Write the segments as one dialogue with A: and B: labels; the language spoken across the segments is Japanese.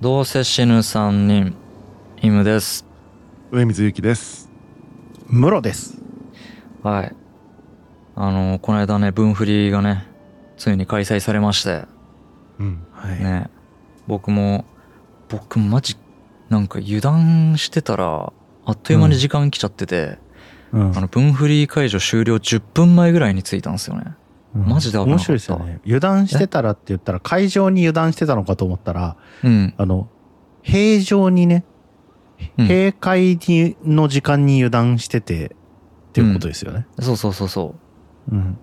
A: どうせ死ぬ3人、イムです。
B: 上水ゆきです。
C: ムロです。
A: はい。あの、この間ね、文振りがね、ついに開催されまして、
B: うん。
C: はい。
A: ね、僕も、僕マジ、なんか油断してたら、あっという間に時間来ちゃってて、
C: うん
A: あの、文振り解除終了10分前ぐらいに着いたんですよね。マジで危なか
C: 面
A: った
C: 白いですよね。油断してたらって言ったら、会場に油断してたのかと思ったら、
A: うん。
C: あの、平常にね、
A: うん
C: 閉会にの時間に油断してて、っていうことですよね。
A: そうそうそうそう。
C: うん。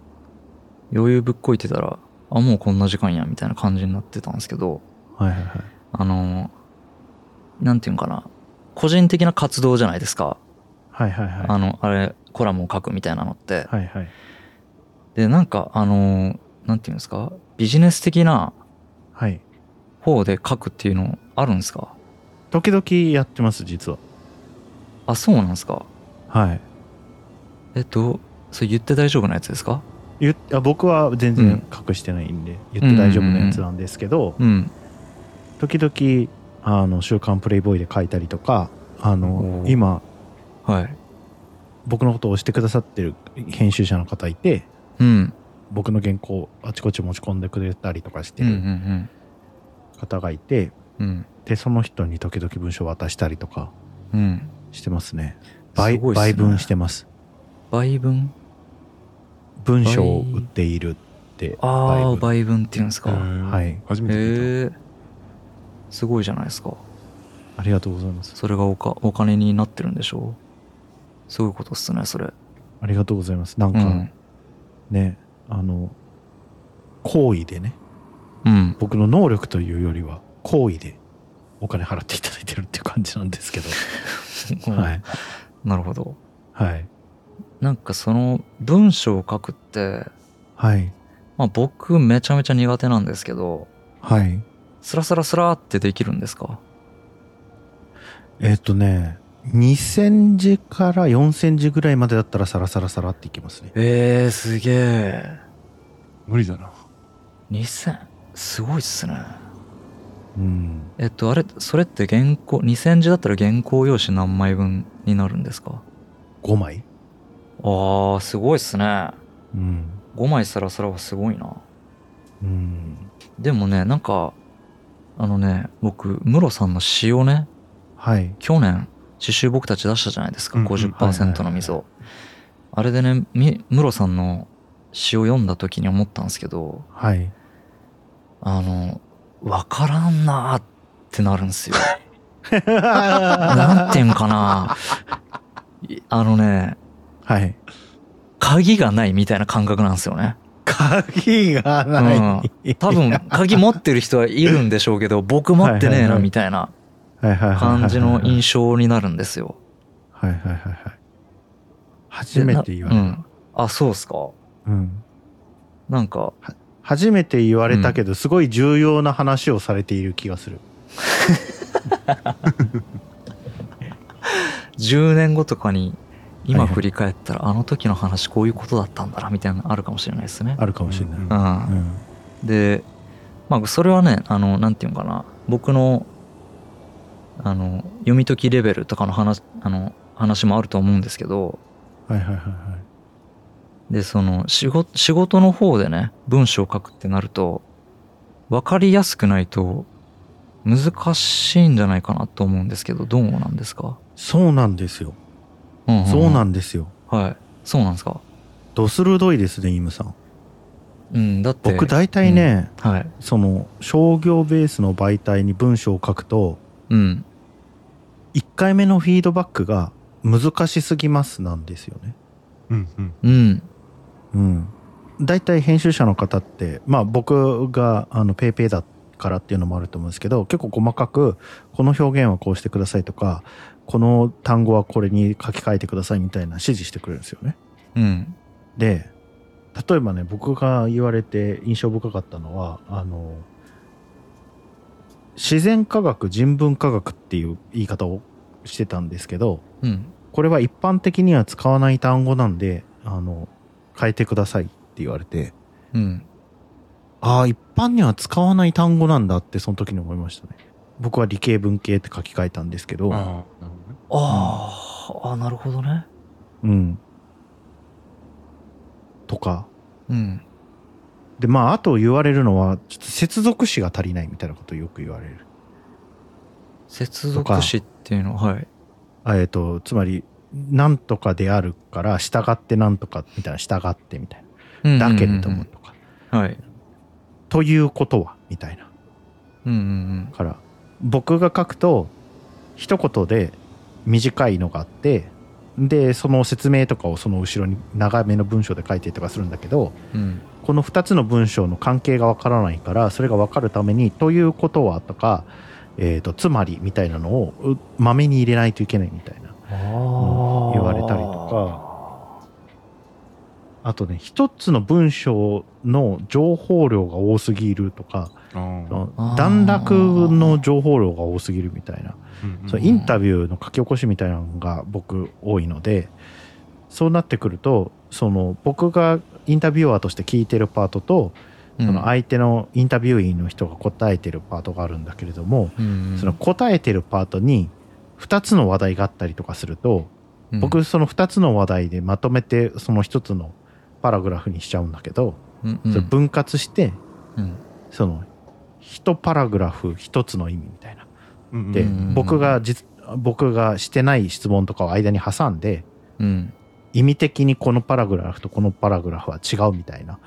A: 余裕ぶっこいてたら、あ、もうこんな時間や、みたいな感じになってたんですけど、
C: はいはいはい。
A: あの、なんていうんかな、個人的な活動じゃないですか。
C: はいはいはい。
A: あの、あれ、コラムを書くみたいなのって。
C: はいはい。
A: で、なんか、あの、なんていうんですか、ビジネス的な
C: はい。
A: 方で書くっていうのあるんですか
C: 時々やってます、実は。
A: あ、そうなんですか。
C: はい。
A: えっと、それ言って大丈夫なやつですか
C: 言っあ僕は全然隠してないんで、言って大丈夫なやつなんですけど、
A: うん。
C: 時々、あの、週刊プレイボーイで書いたりとか、あの
A: お、ー
C: 今、
A: はい。
C: 僕のことを押してくださってる編集者の方いて
A: うん。
C: 僕の原稿をあちこち持ち込んでくれたりとかして
A: うんう
C: る
A: ん
C: 方がいて、
A: うん。うん。
C: でその人に時々文章を渡したりとか
A: うん。
C: してますね倍
A: すごいっすね
C: 倍分してます
A: 倍分
C: 文章を売っているって
A: ああ、
C: 倍
A: 倍分っていうんですか。へ
C: はい
B: 初めて聞い
A: え。すごいじゃないですか。
C: ありがとうございます
A: それがおかお金になってるんでしょうそういうことっすね、それ。
C: ありがとうございますなん
A: う
C: か
A: ん。
C: ね、あの行為でね
A: うん。
C: 僕の能力というよりは行為でお金払っていただいてるっていう感じなんですけどはい
A: なるほど。
C: はい
A: なんかその文章を書くって、
C: はい
A: まあ僕めちゃめちゃ苦手なんですけど、
C: はい
A: スラスラスラってできるんですか
C: えっとね、2センチから4センチぐらいまでだったらサラサラサラっていきますね。
A: えー、すげえ。
B: た。無理だな。
A: 2000、すごいっすね。
C: うん。
A: えっと、あれ、それって原稿、2000字だったら原稿用紙何枚分になるんですか
C: 5枚
A: あー、すごいっすね。
C: うん。
A: 5枚スラスラはすごいな。
C: うん。
A: でもね、なんか、あのね、僕、ムロさんの詩をね、
C: はい。
A: 去年、詩集僕たち出したじゃないですか、
B: うんうん
A: 50%の溝。あれでね、みムロさんの詩を読んだ時に思ったんですけど、
C: はい。
A: あの、わからんなーってなるん ですよ。なん
C: は
A: ていうんかないあのね、
C: い。
A: 鍵がないみたいな感覚なんですよね。
C: 鍵がない。
A: 多分、鍵持ってる人はいるんでしょうけど、僕持ってねえ
C: はいはい
A: な
C: はい
A: みたいな
C: はいはいはいはい
A: 感じの印象になるんですよ。
C: はいはいはいはい。 初めて言われ
A: う
C: た。
A: ん。あ、そうっすか。
C: うん。
A: なんか、
C: 初めて言われたけど、すごい重要な話をされている気がする。
A: 10年後とかに、今
C: はいはい
A: 振り返ったら、あの時の話こういうことだったんだな、みたいなのあるかもしれないですね。
C: あるかもしれない。
B: う
A: う。
B: ん
C: うんん。
A: で、まあ、それはね、あの、なんていうのかな、僕の、あの、読み解きレベルとかの話、あの、話もあると思うんですけど、
C: はいはいはいはい。
A: で、その、仕事、仕事の方でね、文章を書くってなると、わかりやすくないと、難しいんじゃないかなと思うんですけど、どうなんですか
C: そうなんですよ。
A: うん
C: そうなんんですよ。
A: はい。そうなんですか
C: ど鋭いですね、イムさん。
A: うん、だって。
C: 僕大体ね、
A: はい。
C: その商業ベースの媒体に文章を書くと
A: うん。
C: 1回目のフィードバックが難しすぎますなんですよね。
B: うんうん。
A: うん。
C: うん。大体編集者の方って、まあ僕があのペイペイだからっていうのもあると思うんですけど、結構細かくこの表現はこうしてくださいとか、この単語はこれに書き換えてくださいみたいな指示してくれるんですよね。
A: うん。
C: で例えばね僕が言われて印象深かったのはあの自然科学人文科学っていう言い方をしてたんですけど
A: うん。
C: これは一般的には使わない単語なんであの変えてくださいって言われて
A: うん。
C: ああ一般には使わない単語なんだってその時に思いましたね僕は理系文系って書き換えたんですけど、
B: ああ、なるほどね。
A: あーあ、なるほどね。
C: うん。とか。
A: うん。
C: で、まあ、あと言われるのは、ちょっと接続詞が足りないみたいなことをよく言われる。
A: 接
C: とか
A: 続詞っていうのは、はい。
C: あえっと、つまり、なんとかであるから、従ってなんとかみたいな、従ってみたい
A: うんうんうんう
C: な。
A: ん
C: だけれども。とか。
A: はい。
C: ということは、みたいな。
A: うんうん
C: から、僕が書くと、一言で短いのがあって、で、その説明とかをその後ろに長めの文章で書いてとかするんだけど、
A: うん。うん。
C: この2つの文章の関係がわからないからそれがわかるために「ということは」とか、えーと「つまり」みたいなのをうまめに入れないといけないみたいな
A: ああ
C: 言われたりとかあとね一つの文章の情報量が多すぎるとか
B: ああ。
A: あー
C: 段落の情報量が多すぎるみたいな
B: うんうん
C: そうインタビューの書き起こしみたいなのが僕多いのでそうなってくるとその僕がインタビュアーとして聞いてるパートと
A: うん、
C: その相手のインタビュー員の人が答えてるパートがあるんだけれども、
A: うんうん
C: その答えてるパートに2つの話題があったりとかすると、
A: うん
C: 僕その2つの話題でまとめてその1つのパラグラフにしちゃうんだけど、
A: うんうん
C: それ分割して
A: うん
C: その1パラグラフ1つの意味みたいな。
B: うんうん
C: で、
A: うん
C: 僕が実僕がしてない質問とかを間に挟んで
A: うん
C: 意味的にこのパラグラフとこのパラグラフは違うみたいな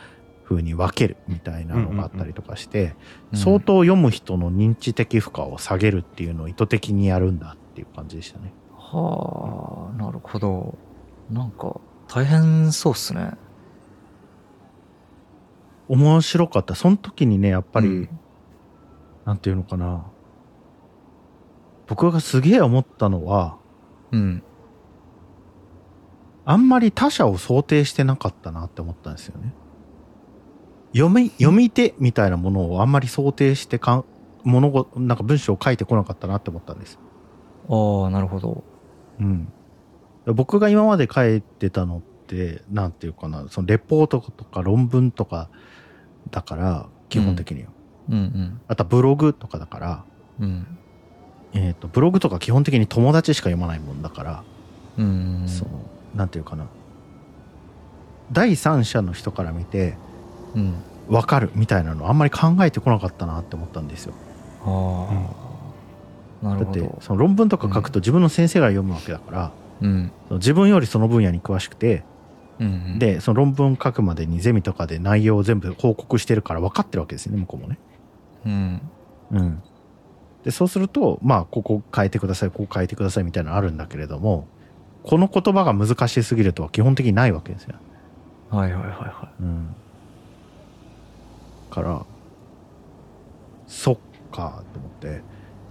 C: 風に分けるみたいなのがあったりとかして、
A: うん
C: 相当読む人の認知的負荷を下げるっていうのを意図的にやるんだっていう感じでしたね。
A: はあなるほどなんか大変そうっすね
C: 面白かった。その時にね、やっぱり、
A: うん
C: なんていうのかな。僕がすげえ思ったのは、
A: うん
C: あんまり他者を想定してなかったなって思ったんですよね。読み、読み手みたいなものをあんまり想定してかん、物事、なんか文章を書いてこなかったなって思ったんです。
A: ああなるほど
C: うん、僕が今まで書いてたのってなんていうかなそのレポートとか論文とかだから基本的には、
A: うん
C: あとはブログとかだから、
A: うんうん
C: えー、とブログとか基本的に友達しか読まないもんだから、
A: うん
C: そのなんていうかな第三者の人から見て
A: うん
C: 分かるみたいなのあんまり考えてこなかったなって思ったんですよ
A: ああな
C: だ
A: る
C: っ
A: ほ
C: て
A: ど
C: その論文とか書くと自分の先生が読むわけだから、
A: うん
C: その自分よりその分野に詳しくて、
A: うん
C: でその論文書くまでにゼミとかで内容を全部報告してるから分かってるわけですよね向こうもね。
A: うん
C: うん、でそうするとまあここ変えてくださいここ変えてくださいみたいなのあるんだけれどもこの言葉が難しすぎるとは基本的にないわけですよ。
A: はいはいはいは
C: うん、からそっかと思って
A: い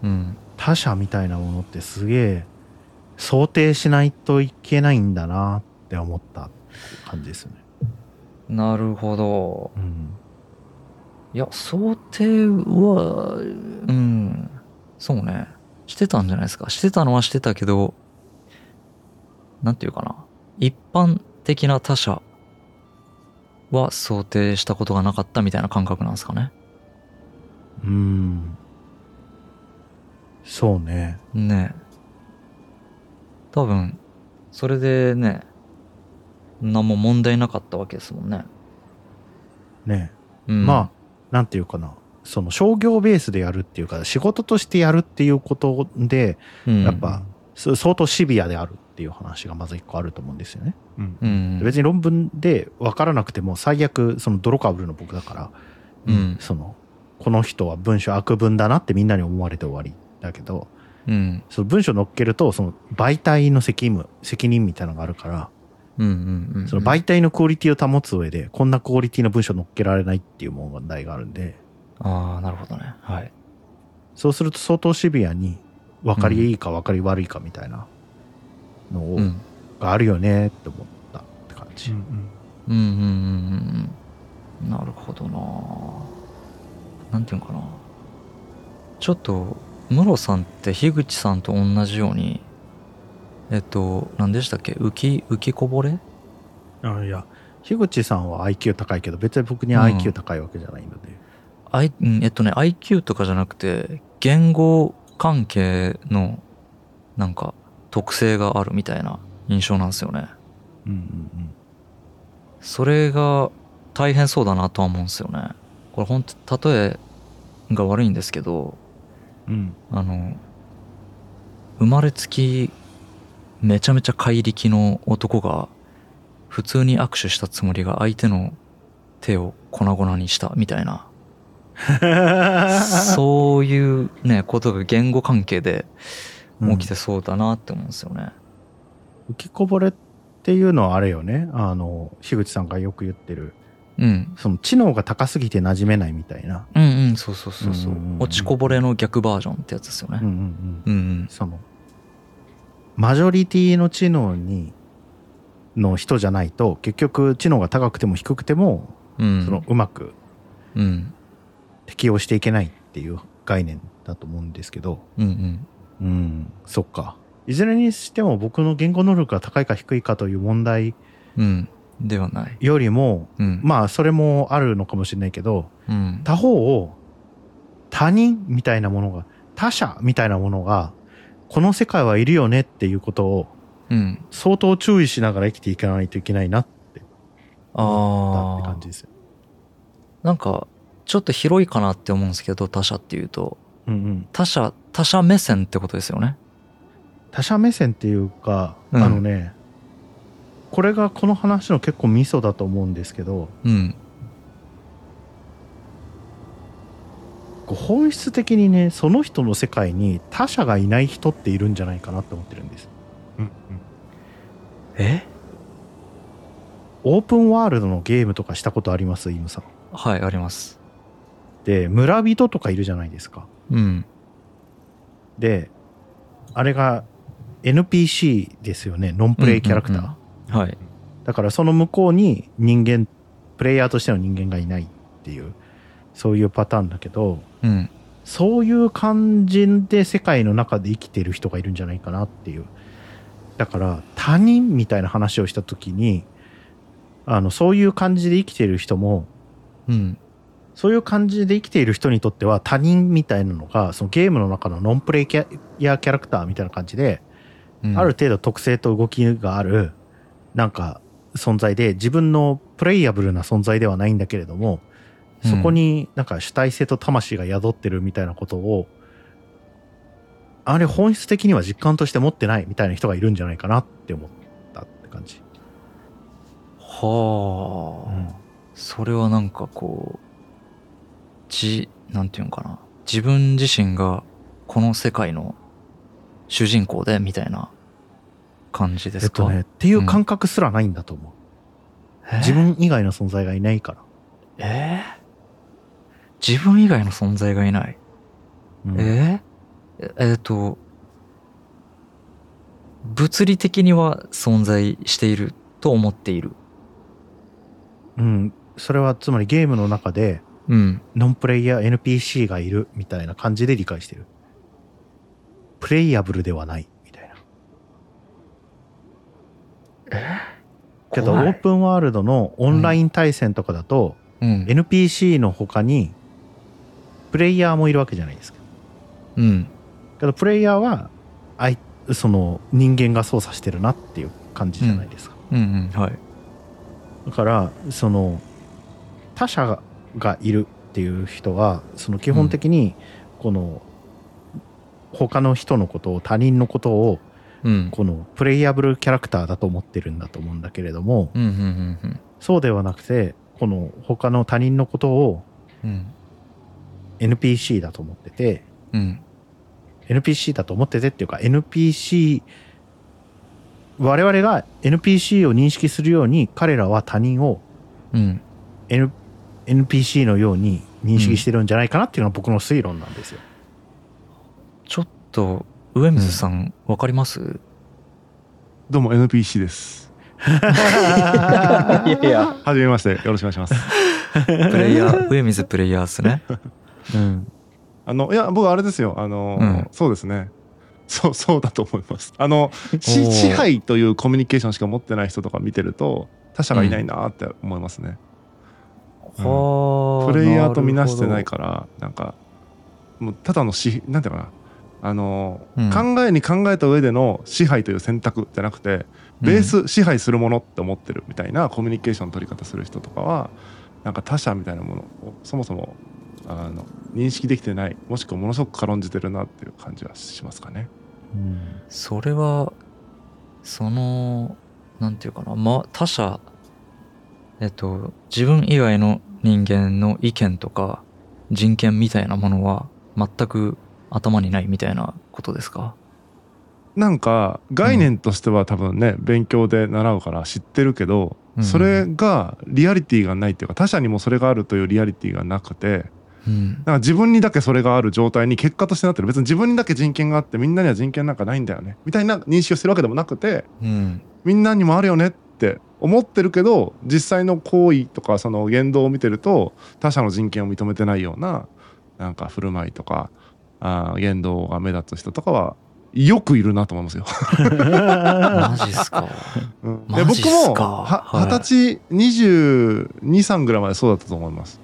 A: うん
C: 他者みたいなものってすげえ想定しないといけないんだなって思った感じですよね。
A: なるほど
C: うん
A: いや想定はうんそうねしてたんじゃないですかしてたのはしてたけどなんていうかな一般的な他者は想定したことがなかったみたいな感覚なんですかね
C: うーん。そうね。
A: ねえ多分それでね何も問題なかったわけですもんね、
C: ね、
A: うん、
C: まあ、なんていうかな。その商業ベースでやるっていうか、仕事としてやるっていうことで、
A: うん、
C: やっぱ、そ相当シビアであるっていう話がまず一個あると思うんですよね。
B: うん
A: う。ん
C: 別に論文で分からなくても、最悪、その泥かぶるの僕だから、
A: うん
C: その、この人は文章悪文だなってみんなに思われて終わりだけど、
A: うん
C: その文章乗っけると、その媒体の責務、責任みたいなのがあるから、
A: うんうんうん
C: その媒体のクオリティを保つ上で、こんなクオリティの文章乗っけられないっていう問題があるんで、
A: ああなるほどねはい
C: そうすると相当シビアに、分かりいいか分かり悪いかみたいなのを
A: うん
C: があるよねって思ったって感
B: う
C: じ。
B: ん
A: うんうんうんうんうんなるほどななんていうのかなちょっとムロさんって樋口さんと同じようにえっと何でしたっけ浮き浮きこぼれ
C: あいや、樋口さんは IQ 高いけど、別に僕に
A: うん
C: IQ 高いわけじゃないので。
A: I うんえっとね IQ とかじゃなくて言語関係のなんか特性があるみたいな印象なんですよね。
C: うんうんうん
A: それが大変そうだなとは思うんですよね。これ本当例えが悪いんですけど、
C: うん
A: あの、生まれつきめちゃめちゃ怪力の男が普通に握手したつもりが相手の手を粉々にしたみたいな、そういうね、ことが言語関係で起きてそうだなって思うんですよね。
C: 浮きこぼれっていうのはあれよねあの樋口さんがよく言ってる
A: うん。
C: その知能が高すぎて馴染めないみたいな、
A: うんうん、そうそうそうそう
C: うんうんうん。
A: 落ちこぼれの逆バージョンってやつですよ
C: うんう
A: ね。
C: んうん、
A: うんうん。
C: そのマジョリティの知能にの人じゃないと結局知能が高くても低くても
A: うん。
C: そのうまく
A: うん。
C: 適応していけないっていう概念だと思うんですけど
A: うんうん。
C: うんそっかいずれにしても僕の言語能力が高いか低いかという問題
A: うん。ではない。
C: よりも
A: うん。
C: まあそれもあるのかもしれないけど
A: うん。
C: 他方を他人みたいなものが他者みたいなものがこの世界はいるよねっていうことを
A: うん。
C: 相当注意しながら生きていかないといけないなって
A: ああ。
C: って感じですよ。
A: なんか、ちょっと広いかなって思うんですけど、他者っていうと、
C: うんうん、
A: 他者、他者目線ってことですよね。
C: 他者目線っていうか、
A: うん
C: あのねこれがこの話の結構ミソだと思うんですけど
A: うん。
C: こう本質的にねその人の世界に他者がいない人っているんじゃないかなって思ってるんです。
B: うん
A: え
C: オープンワールドのゲームとかしたことありますイムさん。
A: はい、あります。
C: で村人とかいるじゃないですか。
A: うん。
C: であれが NPC ですよねノンプレイキャラクター、
A: うんうんはい。
C: だからその向こうに人間プレイヤーとしての人間がいないっていうそういうパターンだけど
A: うん。
C: そういう感じで世界の中で生きてる人がいるんじゃないかなっていうだから他人みたいな話をした時にあのそういう感じで生きてる人も
A: うん。
C: そういう感じで生きている人にとっては他人みたいなのがそのゲームの中のノンプレイキャヤーキャラクターみたいな感じで
A: うん
C: ある。程度特性と動きがある、なんか存在で、自分のプレイアブルな存在ではないんだけれども、
A: うん
C: そこになんか主体性と魂が宿ってるみたいなことを、あれ本質的には実感として持ってないみたいな人がいるんじゃないかなって思ったって感じ。
A: はあ、それはなんかこう、じ、なんていうのかな。自分自身がこの世界の主人公で、みたいな感じで
C: えっ
A: すか。
C: とね、っていう感覚すらないんだと思う。
A: え
C: 自分以外の存在がいないから。
A: えー自分以外の存在がいない。
C: うん
A: えーええーと、物理的には存在していると思っている。
C: うん。それはつまりゲームの中で、
A: うん。
C: ノンプレイヤー NPC がいるみたいな感じで理解してる。プレイアブルではないみたいな。けど、オ
A: 怖い
C: ープンワールドのオンライン対戦とかだと、
A: うん。
C: NPC の他に、プレイヤーもいるわけじゃないですか。
A: うん。
C: けど、プレイヤーは、あいその、人間が操作してるなっていう感じじゃないですか。
A: うん。うん。はい。
C: だからその他者ががいるっていう人はその基本的にこの、他の人のことを他人のことを
A: うん。
C: このプレイアブルキャラクターだと思ってるんだと思うんだけれども
A: うん。うん。うん
C: そうではなくてこの他の他人のことを
A: うん。
C: NPC だと思ってて
A: うん。うん。
C: NPC だと思っててっていうか NPC 我々が NPC を認識するように彼らは他人を
A: うん。
C: N、NPC のように認識してるんじゃないかなっていうのは僕の推論なんですよ。
A: ちょっと、上水さん、わかります
B: どうも NPC です。
A: いやいや。
B: はじめまして、よろしくお願いします。
A: プレイヤー、上水プレイヤーっすね。
C: うん。
B: あのいや僕あれですよあの、
A: うん
B: そうですねそう そうだと思いますあのし支配というコミュニケーションしか持ってない人とか見てると他者がいないなって思いますね、うん
A: はあ。
B: プレイヤーとみなしてない
A: か。
B: からなんかもうただのしなんていうのかなあの、
A: うん
B: 考えに考えた上での支配という選択じゃなくてベース支配するものって思ってるみたいなコミュニケーションの取り方する人とかはなんか他者みたいなものをそもそもあの認識できてないもしくはものすごく軽んじてるなっていう感じはしますかね。
C: うん
A: それはそのなんていうかな、ま、他者えっと自分以外の人間の意見とか人権みたいなものは全く頭にないみたいなことですか
B: なんか概念としては多分ね、勉強で習うから知ってるけど、
A: うん
B: それがリアリティがないっていうか他者にもそれがあるというリアリティがなくて
A: うん
B: なんか自分にだけそれがある状態に結果としてなってる別に自分にだけ人権があってみんなには人権なんかないんだよねみたいな認識をしてるわけでもなくて
A: うん
B: みんなにもあるよねって思ってるけど実際の行為とかその言動を見てると他者の人権を認めてないようななんか振る舞いとかあー言動が目立つ人とかはよくいるなと思いますよ。
A: マジっすか
B: うん
A: マジっ
B: 僕
A: すか
B: もは
A: はい
B: 二十歳22歳ぐらいまでそうだったと思います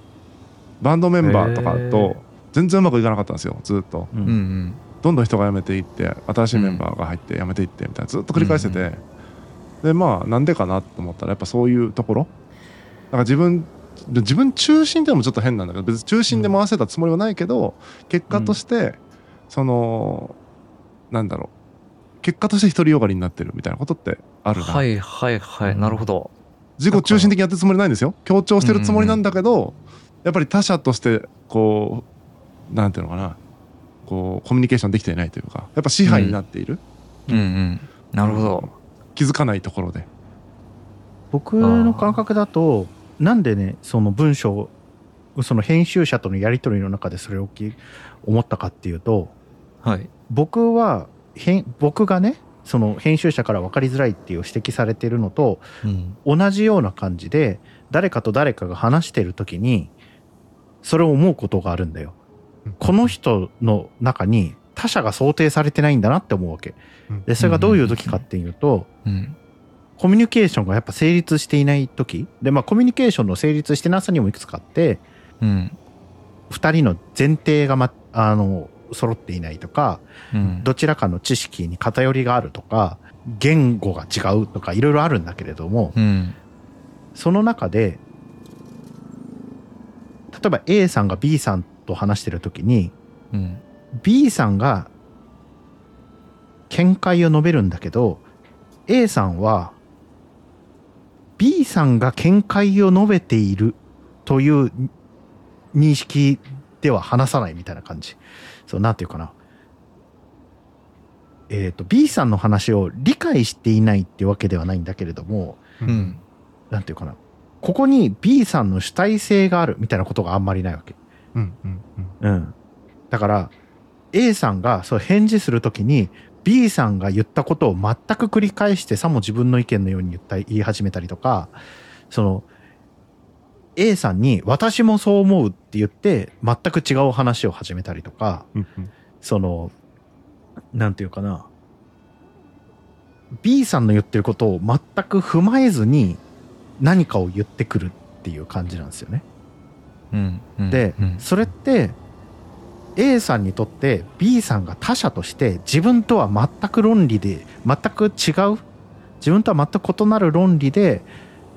B: バンドメンバーとか
A: へー
B: と全然うまくいかなかったんですよずっと
C: う
A: うんうんん
B: どんどん人が辞めていって新しいメンバーが入って辞めていってみたいなずっと繰り返してて、
A: うん
B: でまあなんでかなと思ったらやっぱそういうところなんか自分自分中心でもちょっと変なんだけど別に中心で回せたつもりはないけど、結果としてそのなんだろう結果として独りよがりになってるみたいなことってあるな
A: はいはいはい、なるほど
B: 自己中心的にやってるつもりないんですよ強調してるつもりなんだけど、やっぱり他者としてこうなんていうのかなこうコミュニケーションできていないというかやっぱ支配になっている、
A: うんうんなるほど
B: 気づかないところで
C: 僕の感覚だとなんでねその文章をその編集者とのやり取りの中でそれをき思ったかっていうと
A: はい
C: 僕は編僕がねその編集者から分かりづらいっていう指摘されてるのと
A: うん
C: 同じような感じで誰かと誰かが話してる時にそれを思うことがあるんだよ
B: うん。
C: この人の中に他者が想定されてないんだなって思うわけ
B: うん。
C: でそれがどういう時かっていうと、
A: うん
C: コミュニケーションがやっぱ成立していない時でまあコミュニケーションの成立してなさにもいくつかあって
A: うん
C: 2人の前提が、ま、あの揃っていないとか
A: うん
C: どちらかの知識に偏りがあるとか言語が違うとかいろいろあるんだけれども
A: うん
C: その中で例えば A さんが B さんと話してる時に
A: うん
C: B さんが見解を述べるんだけど A さんは B さんが見解を述べているという認識では話さないみたいな感じ。そうなんていうかな。えっ、と B さんの話を理解していないってわけではないんだけれども
A: うん
C: なんていうかなここに B さんの主体性があるみたいなことがあんまりないわけ。
B: うんうんうん
C: うん。だから、A さんがそう返事するときに、B さんが言ったことを全く繰り返して、さも自分の意見のように言った言い始めたりとか、その、A さんに、私もそう思うって言って、全く違う話を始めたりとか、
B: うんうん
C: その、なんていうかな、B さんの言ってることを全く踏まえずに、何かを言ってくるっていう感じなんですよね。
A: うんうん
C: で
A: うん
C: それって A さんにとって B さんが他者として自分とは全く論理で全く違う自分とは全く異なる論理で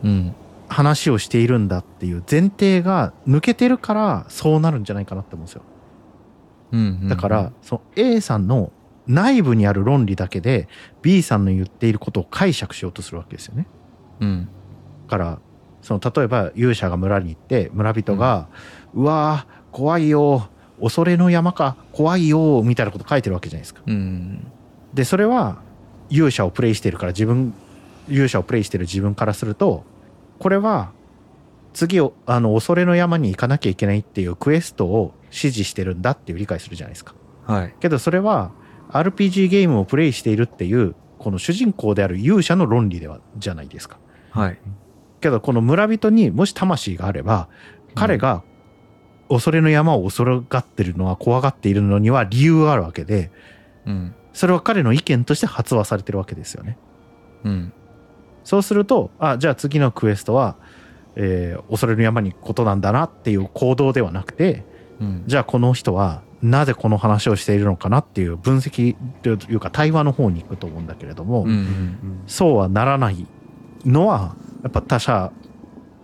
A: うん
C: 話をしているんだっていう前提が抜けてるからそうなるんじゃないかなって思うんですよ
A: うん
C: だから、その A さんの内部にある論理だけで B さんの言っていることを解釈しようとするわけですよね
A: うん
C: からその例えば勇者が村に行って村人が「うわー怖いよー恐れの山か怖いよー」みたいなこと書いてるわけじゃないですか。
A: うん
C: でそれは勇者をプレイしてるから自分勇者をプレイしてる自分からするとこれは次をあの恐れの山に行かなきゃいけないっていうクエストを指示してるんだっていう理解するじゃないですか。
A: はい
C: けどそれは RPG ゲームをプレイしているっていうこの主人公である勇者の論理ではじゃないですか。
A: はい
C: けどこの村人にもし魂があれば彼が恐れの山を恐がってるのは怖がっているのには理由があるわけで
A: うん
C: それは彼の意見として発話されてるわけですよね。
A: うん
C: そうするとあじゃあ次のクエストは、えー恐れの山に行くことなんだなっていう行動ではなくて
A: うん
C: じゃあこの人はなぜこの話をしているのかなっていう分析というか対話の方に行くと思うんだけれども、
A: うんうん
B: うん
C: そうはならないのはやっぱ他者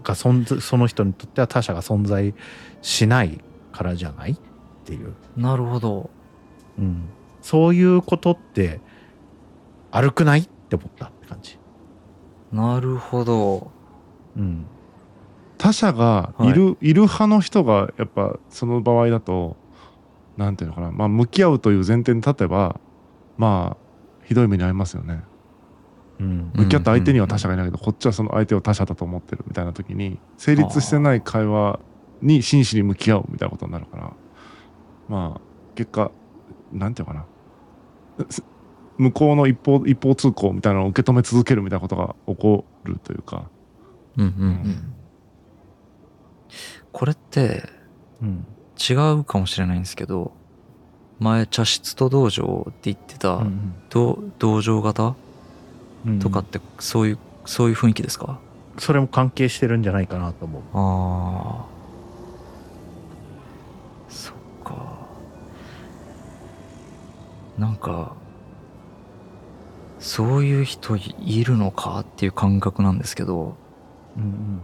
C: が存在その人にとっては他者が存在しないからじゃないっていう、
A: なるほど。
C: うん、そういうことって悪くないって思ったって感じ。
A: なるほど。
C: うん
B: 他者がいる、い、る派の人がやっぱその場合だとなんていうのかな、まあ、向き合うという前提に立てばまあひどい目に遭いますよね
C: うん
B: 向き合った相手には他者がいないけど、こっちはその相手を他者だと思ってるみたいな時に成立してない会話に真摯に向き合うみたいなことになるからまあ結果なんていうのかなす向こうの一方一方通行みたいなのを受け止め続けるみたいなことが起こるというか、
A: うんうんうん。これって
C: うん
A: 違うかもしれないんですけど、前茶室と道場って言ってた、ど道場型
C: うん
A: とかってそういう、そういう雰囲気ですか
C: それも関係してるんじゃないかなと思う。
A: ああそっかなんかそういう人いるのかっていう感覚なんですけど
C: うん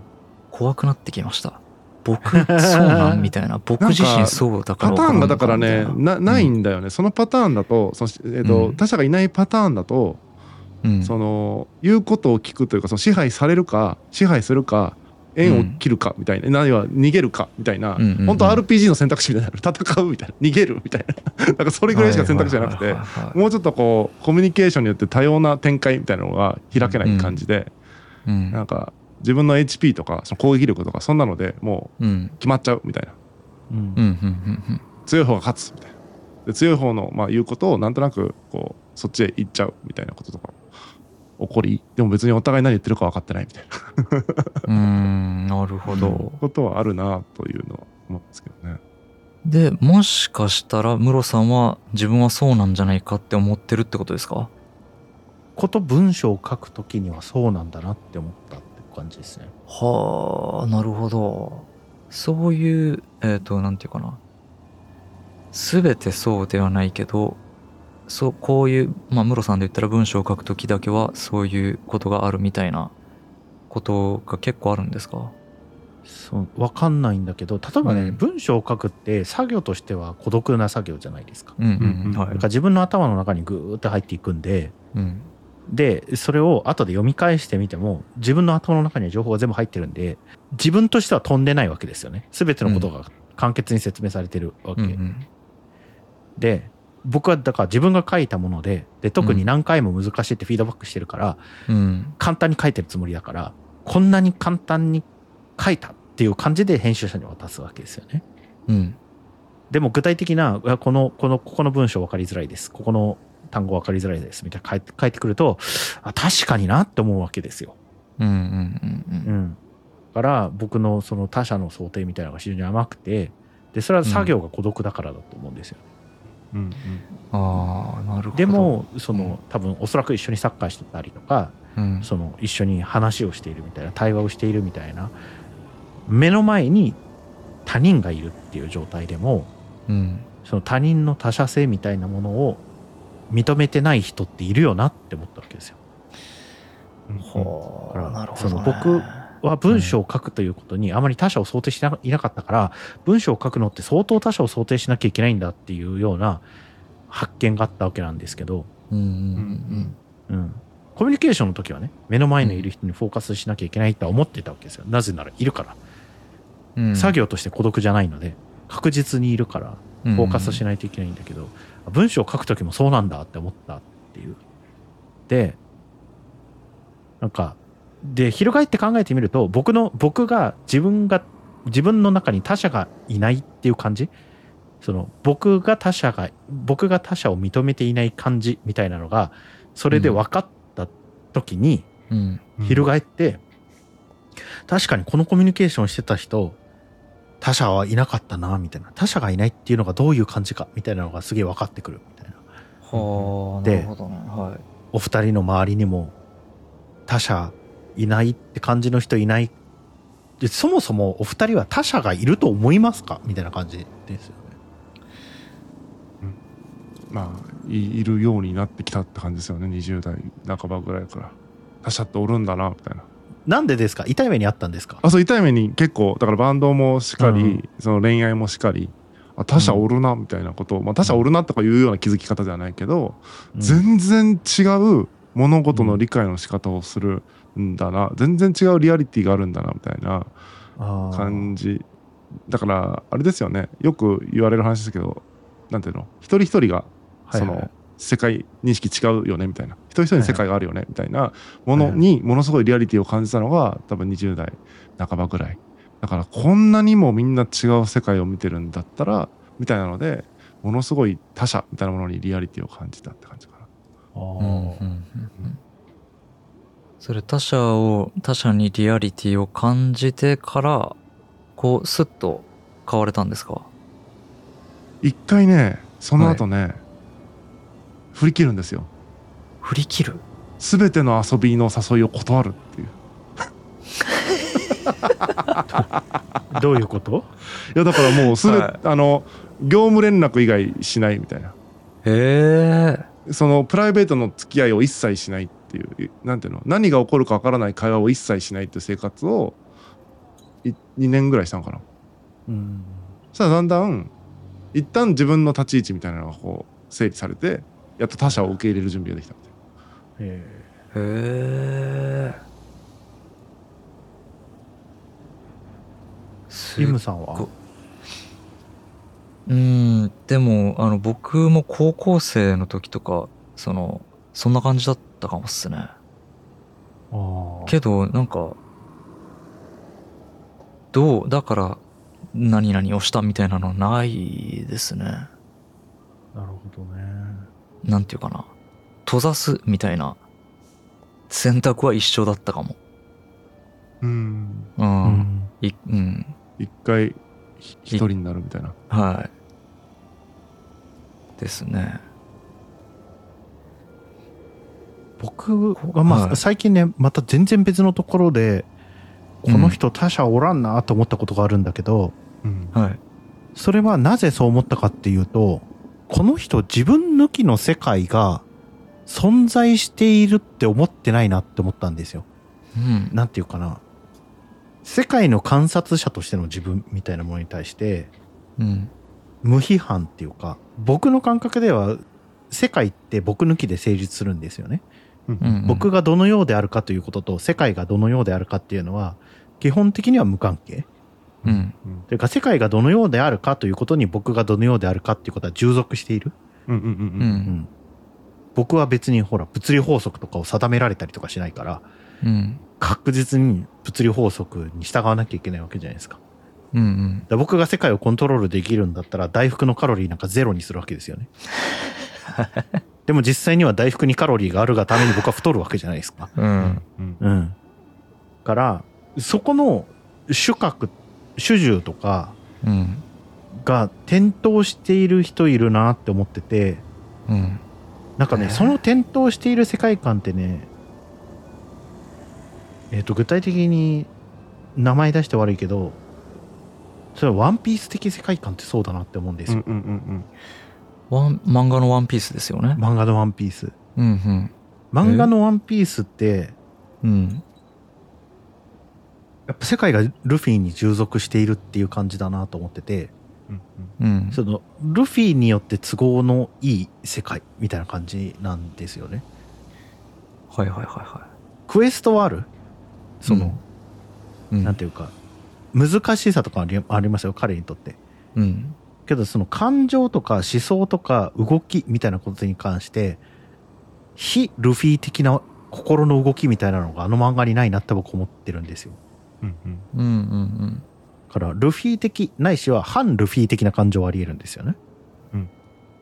A: 怖くなってきました僕そうなんみたいな僕自身そうだか
B: パ
A: ら
B: ターンがだから
A: わ
B: ね
A: んの
B: なないんだよね、そのパターンだとその、えーと
A: うん
B: 他者がいないパターンだと、
A: みたいな
B: その言うことを聞くというかその支配されるか支配するか縁を切るかみたいな、何は逃げるかみたいな、
A: うんうんうん
B: 本当 RPG の選択肢みたいな戦うみたいな逃げるみたいな なんかそれぐらいしか選択肢じゃなくてもうちょっとこうコミュニケーションによって多様な展開みたいなのが開けない感じで、
A: うん
B: なんか自分の HP とかその攻撃力とかそんなのでもう
A: うんうん
B: 決まっちゃうみたいな
C: うんうん
A: うんうん
B: 強い方が勝つみたいなで強い方のまあ言うことをなんとなくこうそっちへ行っちゃうみたいなこととか起こりでも別にお互い何言ってるか分かってないみたいな
A: うんうんなるほど
B: ことはあるなというのは思うんですけどね。
A: でもしかしたらムロさんは自分はそうなんじゃないかって思ってるってことですか
C: こと文章を書くときにはそうなんだなって思ったって感じですね。
A: はあなるほどそういうえっ、となんていうかな全てそうではないけどそうこういうまあムロさんで言ったら文章を書く時だけはそういうことがあるみたいなことが結構あるんですか
C: そうわかんないんだけど例えばね、
A: うん
C: 文章を書くって作業としては孤独な作業じゃないですか。
A: うん
B: うん
A: うんはい
C: だから自分の頭の中にぐーって入っていくんで
A: うん
C: でそれを後で読み返してみても自分の頭の中には情報が全部入ってるんで自分としては飛んでないわけですよね全てのことが簡潔に説明されてるわけ、
A: うんうん
C: で僕はだから自分が書いたものでで特に何回も難しいってフィードバックしてるから、
A: うん
C: 簡単に書いてるつもりだからこんなに簡単に書いたっていう感じで編集者に渡すわけですよね。
A: うん
C: でも具体的なうわこのこのここの文章分かりづらいですここの単語分かりづらいですみたいな書いて書いてくるとあ確かになって思うわけですよ。
A: うんうんうんう
C: うんん、だから僕のその他者の想定みたいなのが非常に甘くてでそれは作業が孤独だからだと思うんですよ。
B: うん
A: ああなるほど
C: でもその、
A: うん
C: 多分おそらく一緒にサッカーしてたりとか
A: うん
C: その一緒に話をしているみたいな対話をしているみたいな目の前に他人がいるっていう状態でも
A: うん
C: その他人の他者性みたいなものを認めてない人っているよなって思ったわけですよ。
B: うん
A: は
C: う
A: あ
C: ん
A: なるほ
C: そ
A: ど、
C: の
A: ね、
C: 僕は文章を書くということにあまり他者を想定していなかったから文章を書くのって相当他者を想定しなきゃいけないんだっていうような発見があったわけなんですけど、
A: うんうん
C: うん、コミュニケーションの時はね目の前のいる人にフォーカスしなきゃいけないとは思ってたわけですよなぜならいるから
A: うんうん
C: 作業として孤独じゃないので確実にいるから
A: フ
C: フォーカスし
A: ない
C: ないといけないんだけど、文章を書く時もそうなんだって思ったっていうでなんかで翻って考えてみると僕の僕が自分が自分の中に他者がいないっていう感じその僕が他者が僕が他者を認めていない感じみたいなのがそれで分かった時に、
A: うん
B: うん
C: 翻って、確かにこのコミュニケーションしてた人、他者はいなかったな、みたいな。他者がいないっていうのがどういう感じか、みたいなのがすげえ分かってくる、みたいな。
A: はあ
C: で
A: なるほどねはい
C: お二人の周りにも、他者いないって感じの人いない。でそもそもお二人は他者がいると思いますかみたいな感じですよね。
B: まあ、いいるようになってきたって感じですよね20代半ばぐらいから他者っておるんだなみたいな
C: なんでですか痛い目にあったんですか
B: あそう痛い目に結構だからバンドもしかり、
C: うん
B: その恋愛もしかりあ他者おるなみたいなことを、まあ、他者おるなとかいうような気づき方じゃないけど、全然違う物事の理解の仕方をするんだな、全然違うリアリティがあるんだなみたいな
C: あー
B: 感じだからあれですよねよく言われる話ですけどなんていうの一人一人が
C: はい
B: そ
C: はい
B: の世界認識違うよねみたいな一人一人に世界があるよねみたいなものにものすごいリアリティを感じたのが多分20代半ばぐらいだからこんなにもみんな違う世界を見てるんだったらみたいなのでものすごい他者みたいなものにリアリティを感じたって感じかな。
C: あ
A: うんうん
C: ー
A: うんそれ他者を他者にリアリティを感じてからこうスッと変われたんですか
B: 一回ねその後ね、振り切るんですよ
A: 振り切る
B: 全ての遊びの誘いを断るっていう
C: どういうこと
B: いやだからもうすべ、
A: はい
B: あの業務連絡以外しないみたいな
A: へえ
B: そのプライベートの付き合いを一切しないっていうなんていうの何が起こるかわからない会話を一切しないっていう生活を2年ぐらいしたのかな
C: うん
B: そしたらだんだん一旦自分の立ち位置みたいなのがこう整理されてやっと他者を受け入れる準備ができたみたいな
C: え
A: へえ
C: ーイムさんは
A: ごうんでもあの僕も高校生の時とかそのそんな感じだったかもっすね
C: あー
A: けどなんかどうだから何々をしたみたいなのはないですね
C: なるほどね
A: なんていうかな閉ざすみたいな選択は一緒だったかも
B: うん
A: うん、
C: うん
A: いうん、
B: 一回ひ一人になるみたいな
A: はいですね
C: 僕はま
A: は
C: あ
A: い
C: 最近ねまた全然別のところでこの人他者おらんなと思ったことがあるんだけど
B: うん
A: はい
C: それはなぜそう思ったかっていうとこの人自分抜きの世界が存在しているって思ってないなって思ったんですよ
A: うん
C: なんていうかな世界の観察者としての自分みたいなものに対して
A: うん
C: 無批判っていうか僕の感覚では世界って僕抜きで成立するんですよね
A: うんうん
C: 僕がどのようであるかということと世界がどのようであるかっていうのは基本的には無関係
A: うん
C: というか世界がどのようであるかということに僕がどのようであるかっていうことは従属している、
B: うんうんうん
A: う
B: うん
A: ん
C: 僕は別にほら物理法則とかを定められたりとかしないから
A: うん
C: 確実に物理法則に従わなきゃいけないわけじゃないですかだか
A: うんうん
C: ら僕が世界をコントロールできるんだったら大福のカロリーなんかゼロにするわけで すよねでも実際には大福にカロリーがあるがために僕は太るわけじゃないですか
A: うん
B: うん
C: うん。から、そこの主格、主従とか
A: うん
C: が転倒している人いるなって思ってて、
A: うん
C: なんかね、
A: ね
C: その転倒している世界観ってね、えっ、と、具体的に名前出して悪いけど、それはワンピース的世界観ってそうだなって思うんです
B: うん
C: よ。
B: うんうん
A: ワン漫画のワンピースですよね
C: 漫画のワンピース。
A: うん
C: 漫画のワンピースって、
A: うんうん
C: やっぱ世界がルフィに従属しているっていう感じだなと思ってて、
B: う
A: う
B: ん
A: ん
C: そのルフィによって都合のいい世界みたいな感じなんですよね。
A: はいはいはいは
C: クエストはあるその、
A: いうん
C: なんていうか難しさとかありありますよ彼にとって。
A: うん
C: けどその感情とか思想とか動きみたいなことに関して非ルフィ的な心の動きみたいなのがあの漫画にないなって僕思ってるんですよ。
B: うん
A: う
B: うん
A: んうん
C: だからルフィ的ないしは反ルフィ的な感情はあり得るんですよね。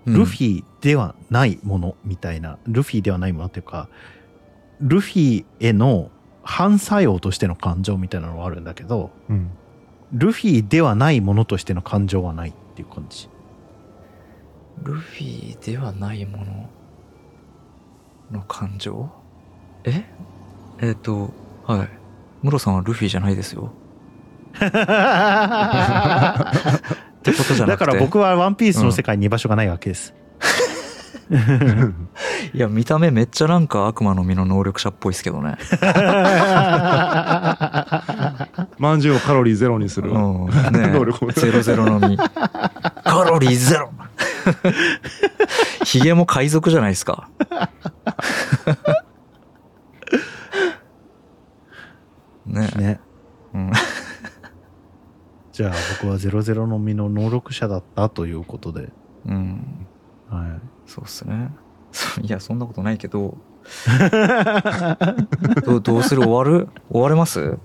A: うん
C: ルフィではないものみたいな、ルフィではないものっていうか、ルフィへの反作用としての感情みたいなのはあるんだけど、
B: うん
C: ルフィではないものとしての感情はないっていう感じ。
A: ルフィではないものの感情ええっ、とはいムロさんはルフィじゃないですよ
C: だ
A: ってことじゃな
C: か
A: くて
C: ら僕はワンピースの世界に居場所がないわけです。
A: いや、見た目めっちゃなんか悪魔の実の能力者っぽいですけどね。
B: まんじゅうをカロリーゼロにする。
A: うん。ね
B: 能力を
A: ゼロゼロの 実。カロリーゼロヒゲも海賊じゃないです か。ね
C: ね。
A: うん。
C: じゃあ僕は00の身の能力者だったということで。
A: うん。
C: は
A: そうっすね。そういや、そんなことないけ ど、
C: い。
A: どうどうする終わる終われます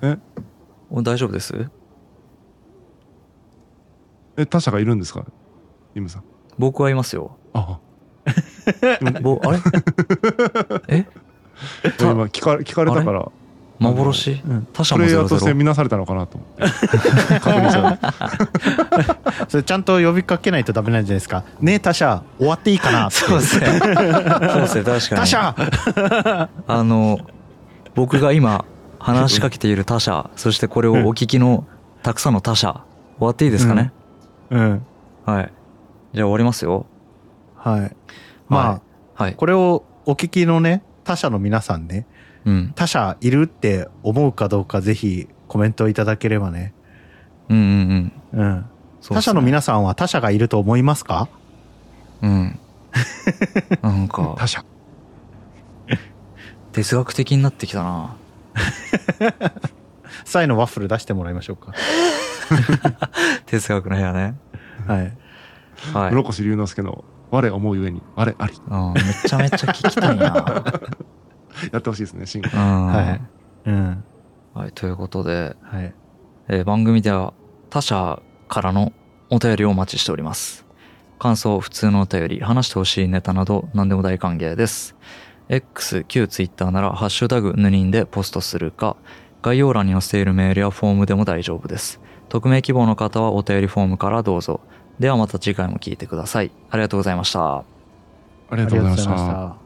B: え
A: お大丈夫です
B: え、他者がいるんですかイムさん。
A: 僕はいますよ。
B: あ
A: ぼ あれえ
B: あ。
A: た
B: 今聞か聞かれたから、
A: 幻
C: うん
A: 他者
B: プ
A: も
B: レイ
A: ゼ
B: ヤ
A: ロ
B: ーとし
A: ゼ
B: て
A: ロ。
B: 見なされたのかなと思って。確認したら
C: それちゃんと呼びかけないとダメなんじゃないですか。ねえ、他者、終わっていいかなって
A: そうですね。そうですね、確か
C: 他
A: に。
C: 者
A: あの、僕が今話しかけている他者、そしてこれをお聞きのたくさんの他者、終わっていいですかね、
C: うん。
A: はい。じゃあ終わりますよ。
C: はい。まあ、
A: ははい。
C: これをお聞きのね、他者の皆さんね、
A: うん。
C: 他者いるって思うかどうかぜひコメントいただければね。
A: うんうんうん。
C: うん。
A: そうっすね
C: 他者の皆さんは他者がいると思いますか
A: うん。なんか
B: 他、者。
A: 哲学的になってきたな。
C: サイのワッフル出してもらいましょう か。
A: 哲学の部屋ね。
C: はい。
A: はい。
B: 室越龍之介の我思うゆえに我あり。
A: うん、めちゃめちゃ聞きたいな。
B: やってほしいですね、シンク。
A: うん
C: はいうん。
A: はい、ということで、
C: はい。
A: えー番組では他社からのお便りをお待ちしております。感想、普通のお便り、話してほしいネタなど何でも大歓迎です。X、旧 Twitter ならハッシュタグヌニンでポストするか、概要欄に載せているメールやフォームでも大丈夫です。匿名希望の方はお便りフォームからどうぞ。ではまた次回も聞いてください。ありがとうございました。
B: ありがとうございました。
C: た。